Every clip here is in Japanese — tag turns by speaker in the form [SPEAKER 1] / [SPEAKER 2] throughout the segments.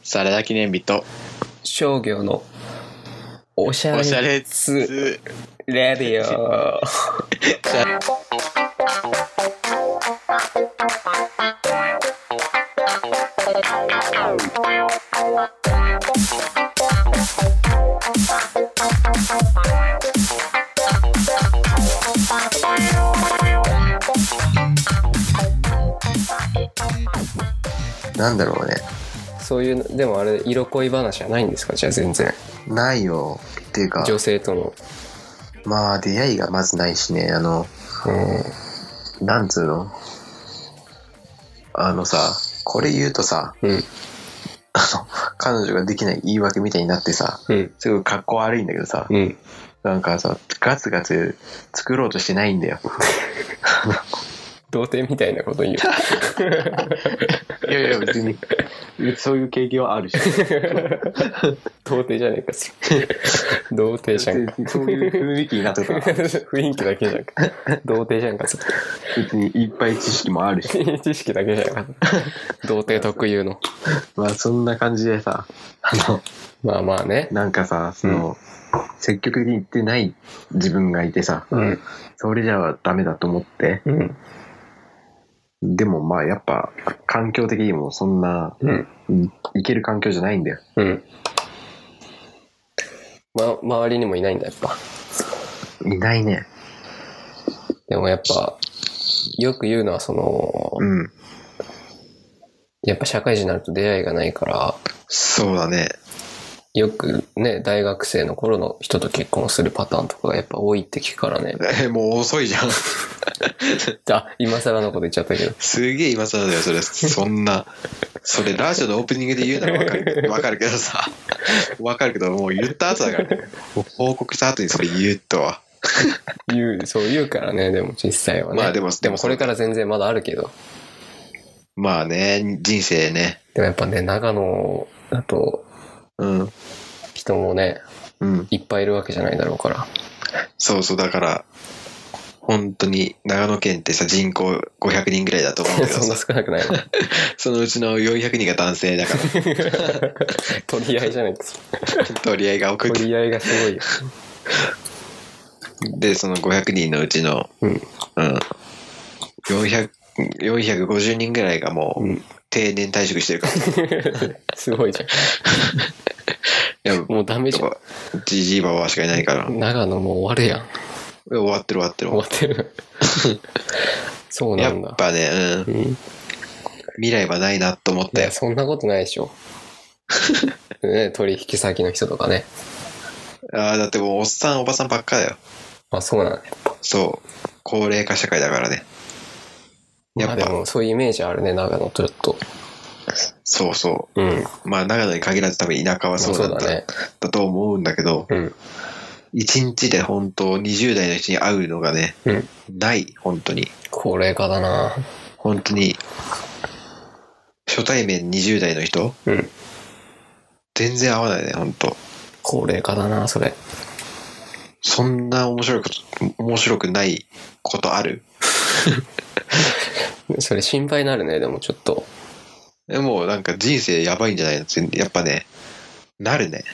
[SPEAKER 1] サラダ記念日と
[SPEAKER 2] 商業のおしゃ
[SPEAKER 1] おしゃれ
[SPEAKER 2] れつ
[SPEAKER 1] つ
[SPEAKER 2] レディオ。
[SPEAKER 3] なんだろうね。
[SPEAKER 2] そういう、でもあれ、色恋話じゃないんですかじゃあ全然。
[SPEAKER 3] ないよ。っていうか、
[SPEAKER 2] 女性との。
[SPEAKER 3] まあ、出会いがまずないしね、あの、
[SPEAKER 2] うん
[SPEAKER 3] なんつうのあのさ、これ言うとさ、
[SPEAKER 2] うん。
[SPEAKER 3] あの、彼女ができない言い訳みたいになってさ、
[SPEAKER 2] うん。
[SPEAKER 3] すごい格好悪いんだけどさ、
[SPEAKER 2] うん。
[SPEAKER 3] なんかさ、ガツガツ作ろうとしてないんだよ。
[SPEAKER 2] 童貞みたいな こと言う。
[SPEAKER 3] いやいや、別に、そういう経験はあるし。
[SPEAKER 2] 童貞じゃねえ か、それ童貞じゃんか。
[SPEAKER 3] そういう雰囲気になってさ、
[SPEAKER 2] 雰囲気だけじゃんか。童貞じゃんか、それ
[SPEAKER 3] 別にいっぱい知識もあるし。
[SPEAKER 2] 知識だけじゃんか。童貞特有の。
[SPEAKER 3] まあ、そんな感じでさ、あの、
[SPEAKER 2] まあまあね。
[SPEAKER 3] なんかさ、その、積極的に行ってない自分がいてさ、
[SPEAKER 2] うん。
[SPEAKER 3] それじゃダメだと思って、
[SPEAKER 2] うん。
[SPEAKER 3] でもまあやっぱ、環境的にもそんな、
[SPEAKER 2] うん。
[SPEAKER 3] いける環境じゃないんだよ。
[SPEAKER 2] うん。ま、周りにもいないんだ、やっぱ。
[SPEAKER 3] いないね。
[SPEAKER 2] でもやっぱ、よく言うのは、その、
[SPEAKER 3] うん。
[SPEAKER 2] やっぱ社会人になると出会いがないから、
[SPEAKER 3] そうだね。
[SPEAKER 2] よくね、大学生の頃の人と結婚するパターンとかがやっぱ多いって聞くからね。
[SPEAKER 1] もう遅いじゃん
[SPEAKER 2] あ、今更のこと言っちゃったけど。
[SPEAKER 1] すげえ今更だよそれそんなそれラジオのオープニングで言うならわかるわかるけどさわかるけどもう言った後だからねもう報告した後にそれ言うとは
[SPEAKER 2] 言う、そう言うからね、でも実際はね。
[SPEAKER 1] まあでも
[SPEAKER 2] でもこれから全然まだあるけど。
[SPEAKER 1] まあね人生ね
[SPEAKER 2] でもやっぱね、長野だと
[SPEAKER 1] うん
[SPEAKER 2] 人もね、
[SPEAKER 1] うん
[SPEAKER 2] いっぱいいるわけじゃないだろうから。
[SPEAKER 1] そうそうだから本当に長野県ってさ人口500人ぐらいだと思うけど
[SPEAKER 2] そんな
[SPEAKER 1] さ
[SPEAKER 2] 少なくないな。
[SPEAKER 1] そのうちの400人が男性だから
[SPEAKER 2] 取り合いじゃないです。
[SPEAKER 1] 取り合いが多く
[SPEAKER 2] 取
[SPEAKER 1] て
[SPEAKER 2] り合いがすごいよ。
[SPEAKER 1] でその500人のうちの
[SPEAKER 2] うん。
[SPEAKER 1] うん400 450人ぐらいがもう、
[SPEAKER 2] うん
[SPEAKER 1] 定年退職してるから
[SPEAKER 2] すごいじゃ
[SPEAKER 1] やっ
[SPEAKER 2] ん。もうダメじゃん。
[SPEAKER 1] ぱじじいばばしかいないから
[SPEAKER 2] 長野もう終わるやん。
[SPEAKER 1] 終わってる終わってる
[SPEAKER 2] 終わっ てる。そうな
[SPEAKER 1] や
[SPEAKER 2] んだ
[SPEAKER 1] っ。ぱね、う、
[SPEAKER 2] うんん。
[SPEAKER 1] 未来はないなと思っ
[SPEAKER 2] い
[SPEAKER 1] たよ
[SPEAKER 2] や、そんなことないで しょ。ね、取引先の人とかね。
[SPEAKER 1] ああだってもうおっさんおばさんばっかだよ
[SPEAKER 2] まあそうなんだ、ね。
[SPEAKER 1] そう高齢化社会だからね
[SPEAKER 2] ま
[SPEAKER 1] や
[SPEAKER 2] あ
[SPEAKER 1] っ
[SPEAKER 2] で
[SPEAKER 1] ぱ、
[SPEAKER 2] もそういうイメージあるね、長野ちょっと。
[SPEAKER 1] そうそ
[SPEAKER 2] うん。
[SPEAKER 1] うまあ長野に限らず多分田舎はそうだった、
[SPEAKER 2] まあそうだね
[SPEAKER 1] だと思うんだけど
[SPEAKER 2] うん。
[SPEAKER 1] 一日で本当20代の人に会うのがね
[SPEAKER 2] うん。
[SPEAKER 1] ない本当に
[SPEAKER 2] 高齢化だな
[SPEAKER 1] 本当に初対面20代の人
[SPEAKER 2] うん。
[SPEAKER 1] 全然合わないね本当
[SPEAKER 2] 高齢化だなそれ。
[SPEAKER 1] そんな面白いこと面白くないことある
[SPEAKER 2] それ心配になるね、でもちょっと。
[SPEAKER 1] でもなんか人生やばいんじゃないの全やっぱねなるね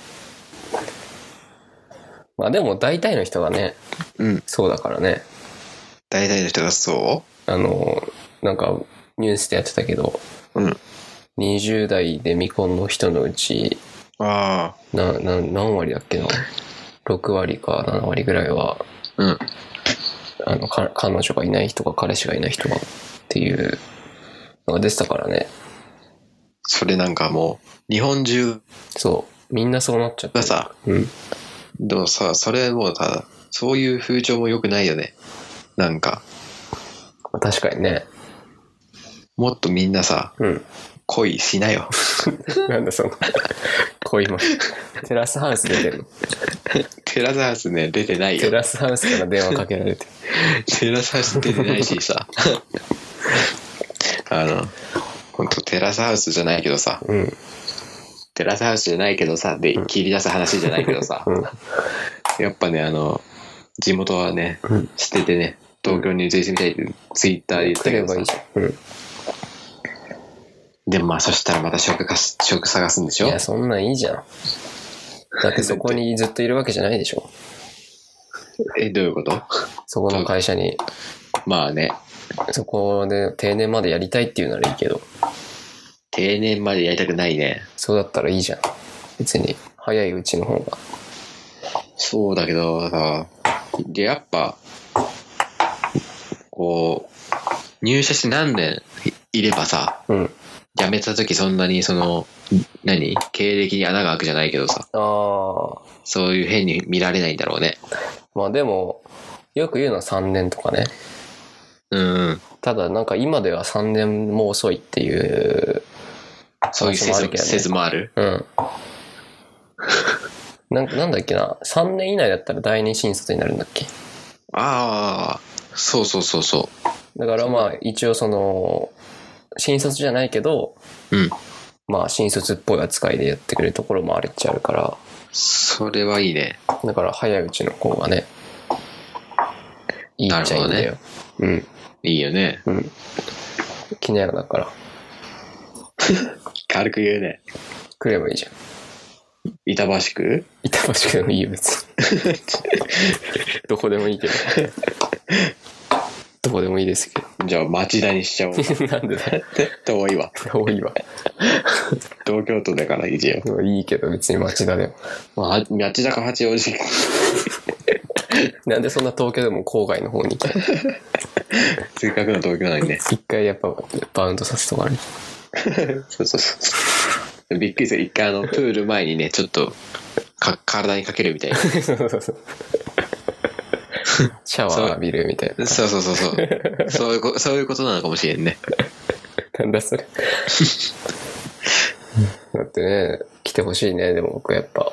[SPEAKER 2] まあでも大体の人がね、
[SPEAKER 1] うん
[SPEAKER 2] そうだからね。
[SPEAKER 1] 大体の人がそ
[SPEAKER 2] あの、なんかニュースでやってたけど、
[SPEAKER 1] うん
[SPEAKER 2] 20代で未婚の人のうち、
[SPEAKER 1] うああ
[SPEAKER 2] な、な、何割だっけな ?6 割か7割ぐらいは、
[SPEAKER 1] うん
[SPEAKER 2] あの、か、彼女がいない人か彼氏がいない人がっていうのが出てたからね。
[SPEAKER 1] それなんかもう日本中
[SPEAKER 2] そう。みんなそうなっちゃった。
[SPEAKER 1] がさ
[SPEAKER 2] うん。
[SPEAKER 1] でもさそれもうさそういう風潮も良くないよねなんか
[SPEAKER 2] 確かにね。
[SPEAKER 1] もっとみんなさ
[SPEAKER 2] うん。
[SPEAKER 1] 恋しなよ
[SPEAKER 2] なんだその、 恋も。テラスハウス出てるの。
[SPEAKER 1] テラスハウスね出てない
[SPEAKER 2] テ
[SPEAKER 1] よ
[SPEAKER 2] ラスハウスから電話かけられて。
[SPEAKER 1] テラスハウス出てないしさ あの本当テラスハウスじゃないけどさ
[SPEAKER 2] うん。
[SPEAKER 1] テラスハウスじゃないけどさで切り出す話じゃないけどさ
[SPEAKER 2] うん。
[SPEAKER 1] やっぱねあの地元はね
[SPEAKER 2] うん
[SPEAKER 1] 捨ててね東京に移住してみたいってツイッターで言ったけ
[SPEAKER 2] 来れ
[SPEAKER 1] ど
[SPEAKER 2] ば
[SPEAKER 1] さ
[SPEAKER 2] いいじゃん。うん。
[SPEAKER 1] でもまあ、そしたらまた職かす職探すんでし
[SPEAKER 2] い
[SPEAKER 1] ょ
[SPEAKER 2] や、そんなんいいじゃん。だってそこにずっといるわけじゃないでしょ。
[SPEAKER 1] え、どういうこと
[SPEAKER 2] そこの会社に、
[SPEAKER 1] まあね、
[SPEAKER 2] そこで定年までやりたいっていうならいいけど、
[SPEAKER 1] 定年までやりたくないね。
[SPEAKER 2] そうだったらいいじゃん。別に、早いうちの方が。
[SPEAKER 1] そうだけどさ、で、やっぱ、こう、入社して何年いいればさ、
[SPEAKER 2] うん。
[SPEAKER 1] 辞めた時そんなにその、何経歴に穴が開くじゃないけどさ、
[SPEAKER 2] あ
[SPEAKER 1] そういう変に見られないんだろうね。
[SPEAKER 2] あ、まあでも、よく言うのは3年とかね。
[SPEAKER 1] うんうん。
[SPEAKER 2] ただなんか今では3年も遅いっていう、
[SPEAKER 1] そういう
[SPEAKER 2] 話もあ
[SPEAKER 1] 説
[SPEAKER 2] るけどね
[SPEAKER 1] 説もある。
[SPEAKER 2] うん。 なんなんだっけな、3年以内だったら第二新卒になるんだっけ。
[SPEAKER 1] ああ、そうそうそうそ
[SPEAKER 2] だからまあ一応その、新卒じゃないけど、
[SPEAKER 1] う。うん。
[SPEAKER 2] まあ新卒っぽい扱いでやってくれるところもあるっちゃあるから、
[SPEAKER 1] それはいいね。
[SPEAKER 2] だから早いうちの方がね、いいっちゃいいんだよ。
[SPEAKER 1] いいよね。
[SPEAKER 2] うん、うん。キネヤだから、
[SPEAKER 1] 軽く言うね。
[SPEAKER 2] 来ればいいじゃん。
[SPEAKER 1] 板橋区
[SPEAKER 2] 板橋区でもいいよ別にどこでもいいけどどこでもいいですけ
[SPEAKER 1] じゃあ町田にしちゃおう。
[SPEAKER 2] どなんでだよ
[SPEAKER 1] 遠いわ。
[SPEAKER 2] 多いわ
[SPEAKER 1] 東京都だからいいじゃん。
[SPEAKER 2] いいけど別に町田でも
[SPEAKER 1] まあ、町田か八王子か。
[SPEAKER 2] なんでそんな東京でも郊外の方に行きたい
[SPEAKER 1] せっかくの東京なのにね。
[SPEAKER 2] 一回やっぱバウンドさせとかね
[SPEAKER 1] そうそうそう。びっくりする。一回あの、プール前にね、ちょっと、か、体にかけるみたいな。
[SPEAKER 2] そうそうそうシャワー浴びるみたい
[SPEAKER 1] そうそうそうそう。そういうこ、そういうことなのかもしれんね。
[SPEAKER 2] ななんだそれだってね来てほしいねでも僕やっぱ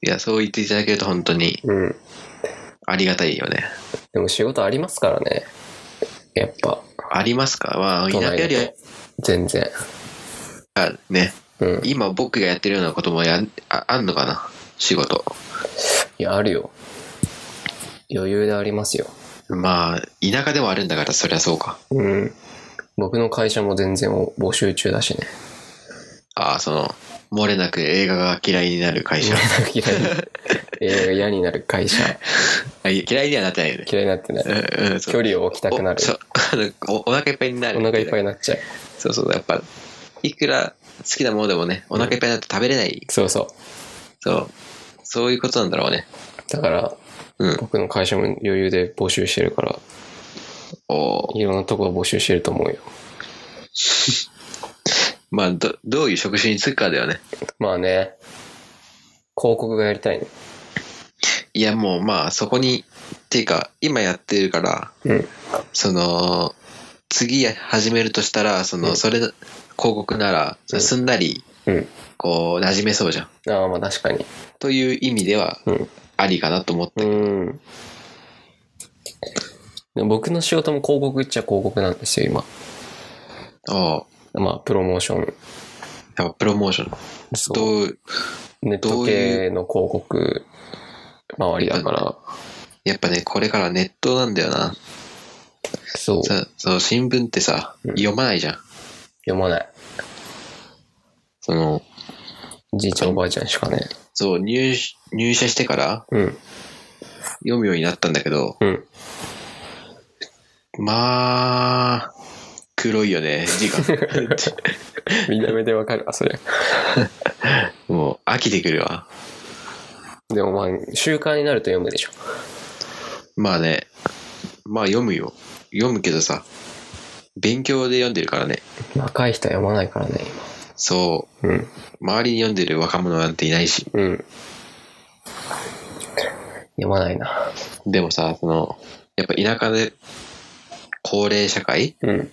[SPEAKER 1] いや、そう言っていただけると本当に
[SPEAKER 2] うん
[SPEAKER 1] ありがたいよね。
[SPEAKER 2] でも仕事ありますからねやっぱ
[SPEAKER 1] ありますかまあ、田
[SPEAKER 2] 都
[SPEAKER 1] 舎
[SPEAKER 2] 内
[SPEAKER 1] より
[SPEAKER 2] だと全然
[SPEAKER 1] は、ね、
[SPEAKER 2] うん
[SPEAKER 1] 今僕がやってるようなこともやん、あ、あんのかな仕事。
[SPEAKER 2] いや、あるよ。余裕でありますよ。
[SPEAKER 1] まあ、田舎でもあるんだから、そりゃそうか。
[SPEAKER 2] うん。僕の会社も全然募集中だしね。
[SPEAKER 1] ああ、その、漏れなく映画が嫌いになる会社。
[SPEAKER 2] 嫌いに。映画嫌になる会社。
[SPEAKER 1] あいや嫌いにはなってないよね。
[SPEAKER 2] 嫌いになってな
[SPEAKER 1] う
[SPEAKER 2] る。
[SPEAKER 1] んうん、そう
[SPEAKER 2] 距離を置きたくなる
[SPEAKER 1] お。そうあのおお腹いっぱいになる
[SPEAKER 2] お腹いっぱい
[SPEAKER 1] い
[SPEAKER 2] になっちゃう。
[SPEAKER 1] そうそうやっぱいくら好きなものでもねお腹いっぱいになって食べれない、
[SPEAKER 2] そうそ
[SPEAKER 1] そうそういうことなんだろうね
[SPEAKER 2] う。だから、
[SPEAKER 1] うん
[SPEAKER 2] 僕の会社も余裕で募集してるから、
[SPEAKER 1] おー
[SPEAKER 2] いろんなとこ募集してると思うよ。
[SPEAKER 1] まあどどういう職種に就くかだよね
[SPEAKER 2] まあね、広告がやりたいね。
[SPEAKER 1] いやもうまあそこにっていうか今やってるから
[SPEAKER 2] うん。
[SPEAKER 1] その次始めるとしたらそうの
[SPEAKER 2] ん
[SPEAKER 1] それ広告なら
[SPEAKER 2] うん
[SPEAKER 1] すんなり
[SPEAKER 2] うん。
[SPEAKER 1] こう馴染めそうじゃん
[SPEAKER 2] ああ、まあ確かに。
[SPEAKER 1] という意味では
[SPEAKER 2] うん。
[SPEAKER 1] ありかなと思って、
[SPEAKER 2] うん。でも僕の仕事も広告っちゃ広告なんですよ、今。
[SPEAKER 1] ああ
[SPEAKER 2] まあ、プロモーション。
[SPEAKER 1] やっぱプロモーション
[SPEAKER 2] そう。
[SPEAKER 1] どう
[SPEAKER 2] ネット系の広告周りだから。
[SPEAKER 1] やっぱねこれからネットなんだよな
[SPEAKER 2] そう。
[SPEAKER 1] さそう新聞ってさ、
[SPEAKER 2] うん
[SPEAKER 1] 読まないじゃん
[SPEAKER 2] 読まない。
[SPEAKER 1] その
[SPEAKER 2] じいちゃんおばあちゃんしかね。
[SPEAKER 1] そう入入社してから
[SPEAKER 2] うん。
[SPEAKER 1] 読むようになったんだけど
[SPEAKER 2] うん。
[SPEAKER 1] まあ黒いよね字が
[SPEAKER 2] 見た目でわかるわ、それ。
[SPEAKER 1] もう飽きてくるわ
[SPEAKER 2] でもまあ、習慣になると読むでしょ。
[SPEAKER 1] まあねまあ読むよ読むけどさ勉強で読んでるからね
[SPEAKER 2] 若い人は読まないからね、
[SPEAKER 1] そ
[SPEAKER 2] 今。うん。
[SPEAKER 1] う周りに読んでる若者なんていないし
[SPEAKER 2] うん。読まないな。
[SPEAKER 1] でもさそのやっぱ田舎で高齢社会っ
[SPEAKER 2] うん。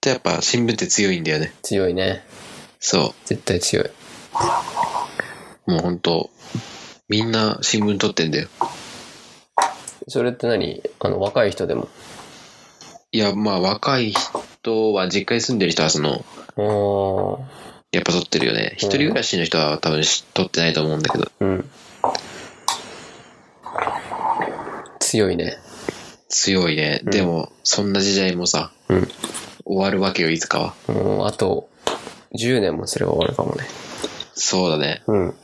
[SPEAKER 1] てやっぱ新聞って強いんだよね
[SPEAKER 2] 強いね。
[SPEAKER 1] そう
[SPEAKER 2] 絶対強い。
[SPEAKER 1] もうほんと、みんな新聞撮ってんだよ。
[SPEAKER 2] それって何あの、若い人でも。
[SPEAKER 1] いや、まあ若い人は、実家に住んでる人はその、
[SPEAKER 2] あ
[SPEAKER 1] やっぱ撮ってるよね。一人暮らしの人は多分し撮ってないと思うんだけど、
[SPEAKER 2] あ。うん。強いね。
[SPEAKER 1] 強いね。
[SPEAKER 2] うん
[SPEAKER 1] でも、そんな時代もさ、
[SPEAKER 2] うん
[SPEAKER 1] 終わるわけよ、いつかは。
[SPEAKER 2] もうあと10年もすれば終わるかもね。
[SPEAKER 1] そうだね。
[SPEAKER 2] うん。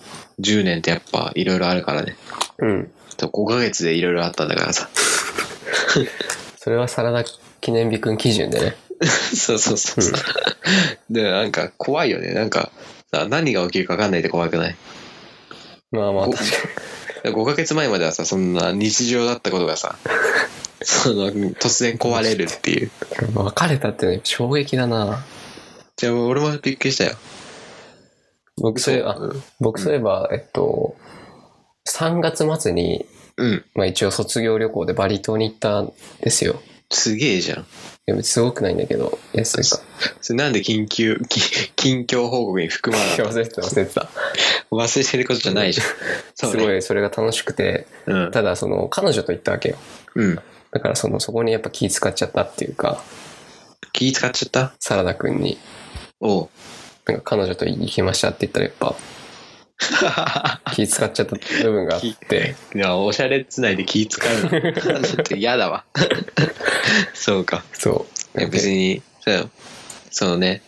[SPEAKER 1] 10年ってやっぱいろいろあるからね。
[SPEAKER 2] うん。
[SPEAKER 1] 5ヶ月でいろいろあったんだからさ。
[SPEAKER 2] それはサラダ記念日くん基準でね。
[SPEAKER 1] そうそうそうそう。で、なんか怖いよね。なんかさ、何が起きるか分かんないって怖くない
[SPEAKER 2] まあまあ、
[SPEAKER 1] ご
[SPEAKER 2] 確か
[SPEAKER 1] 5ヶ月前まではさそんな日常だったことが さその突然壊れるっていう
[SPEAKER 2] に。別れたってね、衝撃だな。
[SPEAKER 1] じゃあ俺もびっくりしたよ
[SPEAKER 2] 僕そういえば、
[SPEAKER 1] う
[SPEAKER 2] 僕そういえば、えっと、3月末に、
[SPEAKER 1] うん
[SPEAKER 2] まあ一応卒業旅行でバリ島に行ったんですよ。
[SPEAKER 1] すげえじゃん
[SPEAKER 2] いや、すごくないんだけど、いや、それか。
[SPEAKER 1] それなんで緊急き近況報告に含まない
[SPEAKER 2] い や忘れてた、忘れてた。
[SPEAKER 1] 忘れてることじゃないじ ゃんそう
[SPEAKER 2] す
[SPEAKER 1] ね
[SPEAKER 2] ごい、それが楽しくて、
[SPEAKER 1] うん
[SPEAKER 2] ただ、その、彼女と行ったわけよ。
[SPEAKER 1] うん
[SPEAKER 2] だから、その、そこにやっぱ気使っちゃったっていうか、
[SPEAKER 1] 気使っちゃった
[SPEAKER 2] サラダくんに、
[SPEAKER 1] おう
[SPEAKER 2] なんか彼女と行きましたって言ったら、やっぱ、 気使っちゃった部分があって、
[SPEAKER 1] いやおしゃれつないで気使うの ちょっと嫌だわ そうか
[SPEAKER 2] そう。
[SPEAKER 1] いや別
[SPEAKER 2] に、
[SPEAKER 1] にそうよそのね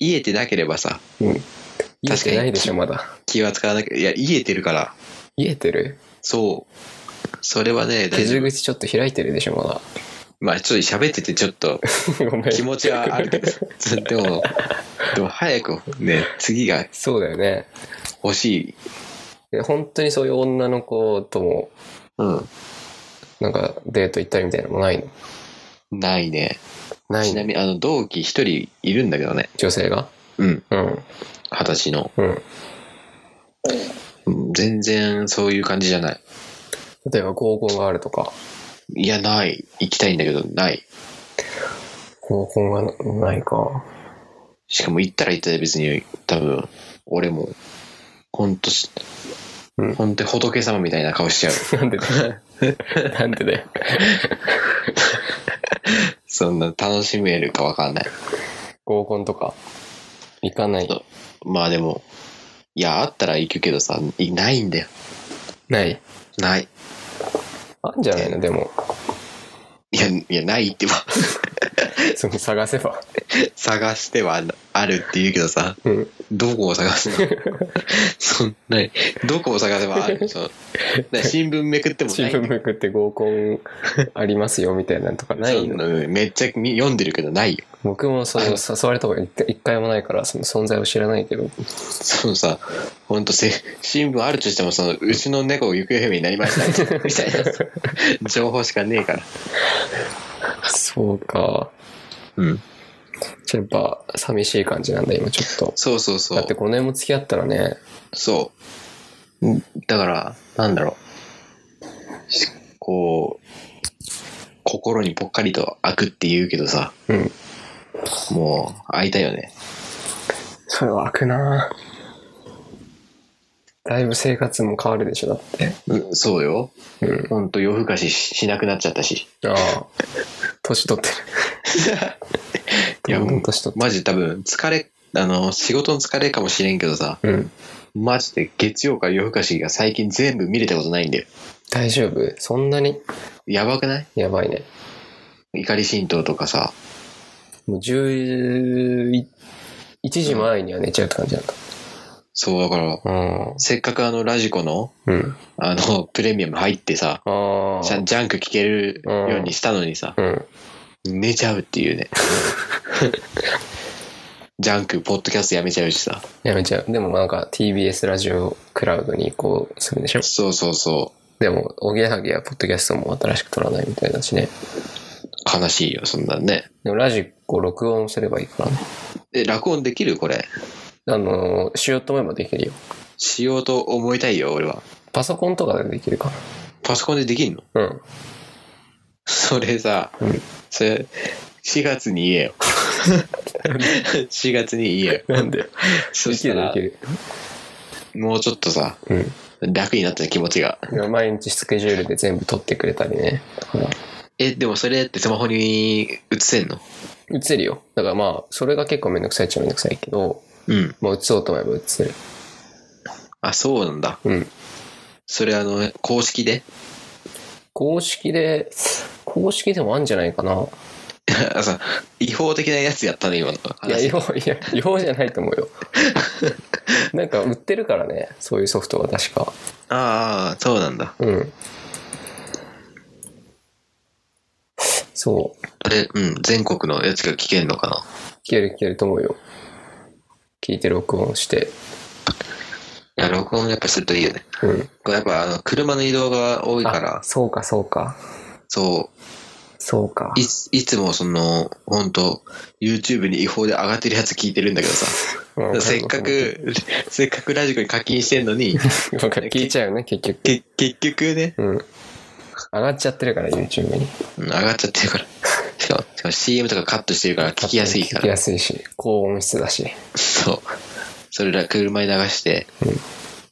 [SPEAKER 1] 癒えてなければさ
[SPEAKER 2] うん。言え
[SPEAKER 1] 確かに
[SPEAKER 2] てないでしょ、まだ。
[SPEAKER 1] 気は使わなきゃいや癒えてるから
[SPEAKER 2] 言えてる
[SPEAKER 1] そう。それはね、
[SPEAKER 2] 手順口ちょっと開いてるでしょ、ま
[SPEAKER 1] まあちょっと喋っててちょっ と
[SPEAKER 2] だ。 ごめん。
[SPEAKER 1] 気持ちはあるけど、でも、でも早くね、次が
[SPEAKER 2] そうだよね。
[SPEAKER 1] 欲しい。
[SPEAKER 2] で本当にそういう女の子とも、
[SPEAKER 1] うん。
[SPEAKER 2] なんかデート行ったりみたいなのもないの
[SPEAKER 1] ないね。
[SPEAKER 2] ない
[SPEAKER 1] ちな
[SPEAKER 2] ね。
[SPEAKER 1] みに、あの、同期一人いるんだけどね。
[SPEAKER 2] 女性が
[SPEAKER 1] うん。
[SPEAKER 2] うん。
[SPEAKER 1] 二十歳の。
[SPEAKER 2] うん。
[SPEAKER 1] うん全然そういう感じじゃない。
[SPEAKER 2] 例えば合コンがあるとか、
[SPEAKER 1] いや、ない。行きたいんだけど、ない。
[SPEAKER 2] 合コンがなないか。
[SPEAKER 1] しかも行ったら行ったで別に、多分、俺も、ほんとし、
[SPEAKER 2] うん
[SPEAKER 1] ほんと仏様みたいな顔しちゃう。
[SPEAKER 2] なん でだよ。なんでだよ。
[SPEAKER 1] そんな楽しめるかわかんない。
[SPEAKER 2] 合コンとか、行かない。
[SPEAKER 1] まあでも、いや、あったら行くけどさ、いないんだよ。
[SPEAKER 2] ない。
[SPEAKER 1] ない。
[SPEAKER 2] あんじゃないのでも、
[SPEAKER 1] いや、いや、ないってば、
[SPEAKER 2] その探せば。
[SPEAKER 1] 探してはあるって言うけどさ、
[SPEAKER 2] うん。
[SPEAKER 1] どこを探す のそんなに、どこを探せばあるそのな新聞めくってもな
[SPEAKER 2] 新
[SPEAKER 1] い。
[SPEAKER 2] 聞めくって合コンありますよみたいなのとかな
[SPEAKER 1] ないい
[SPEAKER 2] の
[SPEAKER 1] のめっちゃ見読んでるけどないよ。
[SPEAKER 2] 僕もその誘われたことが一回一回もないから、その存在を知らないけど。
[SPEAKER 1] そのさ、ほんとせ、新聞あるとしても、その、うちの猫行方不明になりました、みたい なさ、情報しかねえから。
[SPEAKER 2] そうか。
[SPEAKER 1] うん。
[SPEAKER 2] ちょっとやっぱ寂しい感じなんだ、今ちょっと。
[SPEAKER 1] そうそうそう。
[SPEAKER 2] だって5年も付き合ったらね、
[SPEAKER 1] そう。だから、なんだろう。しこう、心にぽっかりと開くって言うけどさ、
[SPEAKER 2] うん。
[SPEAKER 1] もう、開いたよね。
[SPEAKER 2] それは開くなだいぶ生活も変わるでしょ、だって。
[SPEAKER 1] うそうよ。
[SPEAKER 2] うん。
[SPEAKER 1] ほんと夜更かしししなくなっちゃったし。
[SPEAKER 2] ああ。年取って
[SPEAKER 1] い
[SPEAKER 2] る。
[SPEAKER 1] や
[SPEAKER 2] どんどん
[SPEAKER 1] もう
[SPEAKER 2] 年取って
[SPEAKER 1] マジ多分、疲れ、あの、仕事の疲れかもしれんけどさ、
[SPEAKER 2] る。うん。
[SPEAKER 1] マジで月曜から夜更かしが最近全部見れたことないんだよ。
[SPEAKER 2] 大丈夫そんなに
[SPEAKER 1] やばくない
[SPEAKER 2] やばいね。
[SPEAKER 1] 怒り浸透とかさ、
[SPEAKER 2] もう11時前には寝ちゃうって感じなんだ。
[SPEAKER 1] そうだから、
[SPEAKER 2] うん。
[SPEAKER 1] せっかくあの、ラジコの、
[SPEAKER 2] うん。
[SPEAKER 1] あの、プレミアム入ってさ、
[SPEAKER 2] あ
[SPEAKER 1] ジ
[SPEAKER 2] あ
[SPEAKER 1] ャ。ジャンク聞けるようにしたのにさ、
[SPEAKER 2] うん。
[SPEAKER 1] 寝ちゃうって いうね。ジャンク、ポッドキャストやめちゃうしさ。
[SPEAKER 2] やめちゃう。でもなんか TBS ラジオクラウドに移行するんでしょ
[SPEAKER 1] そうそうそ
[SPEAKER 2] でも、おぎやはぎやポッドキャストも新しく撮らないみたいだしね。
[SPEAKER 1] う。悲しいよ、そんなんね。
[SPEAKER 2] でもラジコ録音すればいいからね。
[SPEAKER 1] え、録音できるこれ。
[SPEAKER 2] あのー、しようと思えばできるよ。
[SPEAKER 1] しようと思いたいよ、俺は。
[SPEAKER 2] パソコンとかでできるか
[SPEAKER 1] パソコンでできんの
[SPEAKER 2] な。うん。
[SPEAKER 1] それさ、
[SPEAKER 2] うん
[SPEAKER 1] それ、4月に 言えよ。4月に言えよ。
[SPEAKER 2] なんで
[SPEAKER 1] そ
[SPEAKER 2] で
[SPEAKER 1] し
[SPEAKER 2] き
[SPEAKER 1] た
[SPEAKER 2] るで
[SPEAKER 1] ら
[SPEAKER 2] き、る。
[SPEAKER 1] もうちょっとさ、
[SPEAKER 2] うん
[SPEAKER 1] 楽になった気持ちが。
[SPEAKER 2] でも毎日スケジュールで全部撮ってくれたりね。だから、
[SPEAKER 1] え、でもそれってスマホに映せんの
[SPEAKER 2] 映せるよ。だからまあ、それが結構めんどくさいっちゃめんどくさいけど、
[SPEAKER 1] うん。
[SPEAKER 2] まあ映そうと思えば映せる。
[SPEAKER 1] あ、そうなんだ。
[SPEAKER 2] うん。
[SPEAKER 1] それあの、公式で
[SPEAKER 2] 公式で、公式でもあるんじゃないかな。
[SPEAKER 1] あそう違法的なやつやったね、今の
[SPEAKER 2] いや、
[SPEAKER 1] 話。
[SPEAKER 2] 違法、いや、違法じゃないと思 うよ。なんか売ってるからね、そういうソフトは確か。
[SPEAKER 1] ああ、そうなんだ。
[SPEAKER 2] うん。そう。
[SPEAKER 1] あれ、うん、全国のやつが聞けんのかな。
[SPEAKER 2] 聞ける聞けると思うよ。聞いて録音して。
[SPEAKER 1] いや、録音やっぱするといいよね。
[SPEAKER 2] うん。
[SPEAKER 1] これやっぱ、あの、車の移動が多いから
[SPEAKER 2] あ、そうか、そうか。
[SPEAKER 1] そ
[SPEAKER 2] そうか
[SPEAKER 1] う、い。つ、いつもその、ほんと、YouTube に違法で上がってるやつ聞いてるんだけどさ、
[SPEAKER 2] うん
[SPEAKER 1] せっか。く、せっかくラジコに課金してんの に、
[SPEAKER 2] わかる聞いちゃうよね、結局。
[SPEAKER 1] け、結局ね、
[SPEAKER 2] うん。上がっちゃってるから、YouTube に。
[SPEAKER 1] うん上がっちゃってるから。しかも、しかも CM とかカットしてるから聞きやすいか
[SPEAKER 2] 聞き
[SPEAKER 1] ら。
[SPEAKER 2] やすいし、高音質だし。
[SPEAKER 1] そう。それら車に流して、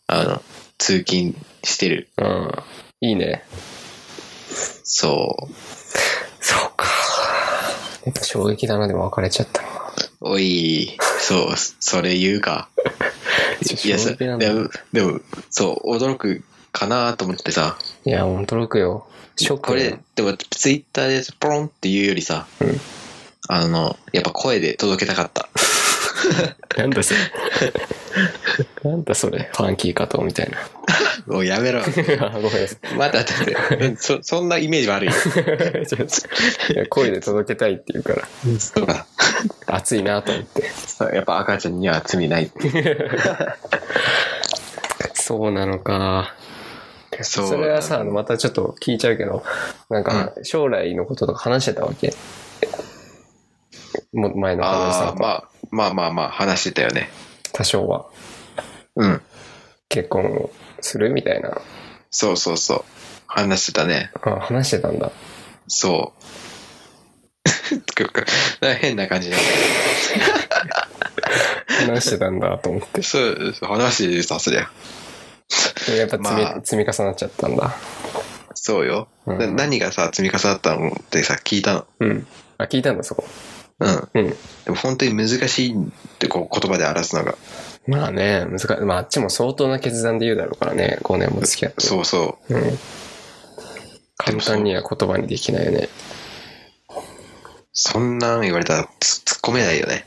[SPEAKER 1] あの、通勤してる。
[SPEAKER 2] うん。いいね。
[SPEAKER 1] そう。
[SPEAKER 2] そうか。やっぱ衝撃だな、でも別れちゃったな。
[SPEAKER 1] おい、そう、それ言うか。いや、
[SPEAKER 2] 衝
[SPEAKER 1] さ
[SPEAKER 2] 撃なん
[SPEAKER 1] で
[SPEAKER 2] だ
[SPEAKER 1] も、でも、そう、驚くかなと思ってさ、
[SPEAKER 2] いや、驚くよ。ショック
[SPEAKER 1] これ、でも、ツイッターでポロンって言うよりさ、
[SPEAKER 2] うん
[SPEAKER 1] あの、やっぱ声で届けたかった。
[SPEAKER 2] なんだそれ。 なんだそれ。ファンキー加藤みたいな。
[SPEAKER 1] もうやめろ。
[SPEAKER 2] あごめんなさ
[SPEAKER 1] まだだって、そそんなイメージ悪いよ。
[SPEAKER 2] いちょっと。 いや声で届けたいって言うから、
[SPEAKER 1] そうか。
[SPEAKER 2] 熱いなと思って。
[SPEAKER 1] やっぱ赤ちゃんには罪ない。
[SPEAKER 2] そうなのか。
[SPEAKER 1] そう
[SPEAKER 2] れはさ、あのまたちょっと聞いちゃうけど、なんか、将来のこととか話してたわけ。も前の彼女さ
[SPEAKER 1] あ
[SPEAKER 2] ん
[SPEAKER 1] あ、
[SPEAKER 2] と、
[SPEAKER 1] まあ、まあまあまあ、話してたよね。
[SPEAKER 2] 多少は
[SPEAKER 1] うん。
[SPEAKER 2] 結婚するみたいな、
[SPEAKER 1] そうそうそう。話してたね。
[SPEAKER 2] あ話してたんだ。
[SPEAKER 1] そう。 なんか変な感じだね。
[SPEAKER 2] 話してたんだと思って。
[SPEAKER 1] そう、話さすりゃ。
[SPEAKER 2] でもやっぱ積み,、
[SPEAKER 1] まあ
[SPEAKER 2] 積み重なっちゃったんだ。
[SPEAKER 1] そうよ。
[SPEAKER 2] うん
[SPEAKER 1] な何がさ、積み重なったのってさ、聞いたの。
[SPEAKER 2] うん。あ、聞いたんだ、そこ。
[SPEAKER 1] うん。
[SPEAKER 2] うん。
[SPEAKER 1] でも本当に難しいってこう言葉で表すのが。
[SPEAKER 2] まあね、難しい。まあ、あっちも相当な決断で言うだろうからね、5年も付き合って。
[SPEAKER 1] そうそ
[SPEAKER 2] うん。簡単には言葉にできないよね。
[SPEAKER 1] う。そんなん言われたらつ突っ込めないよね。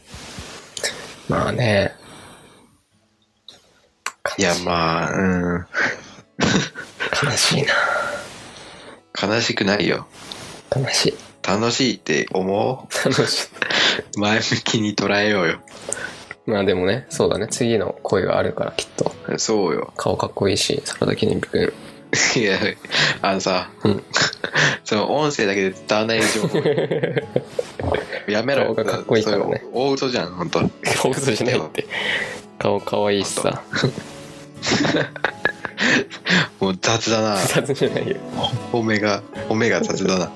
[SPEAKER 2] まあね。
[SPEAKER 1] いや
[SPEAKER 2] 悲、し
[SPEAKER 1] まあ、うん。
[SPEAKER 2] 悲しいな。
[SPEAKER 1] 悲しくないよ。
[SPEAKER 2] 悲しい。
[SPEAKER 1] 楽しいって思
[SPEAKER 2] 楽し
[SPEAKER 1] う前向きに捉えようよ。
[SPEAKER 2] い。まあでもね、そうだね。次の恋があるから、きっと。
[SPEAKER 1] そうよ。
[SPEAKER 2] 顔かっこいいし、坂田記念日くん。
[SPEAKER 1] いや、あのさ、
[SPEAKER 2] うん
[SPEAKER 1] その音声だけで伝わらない情 報。やめろ。
[SPEAKER 2] 顔がかっこいいからね
[SPEAKER 1] それ大嘘じゃん、 本当。
[SPEAKER 2] 顔嘘じゃないって。顔かわいいしさ。
[SPEAKER 1] もう雑だな。
[SPEAKER 2] 雑じゃないよ。
[SPEAKER 1] 褒めが、褒めが雑だな。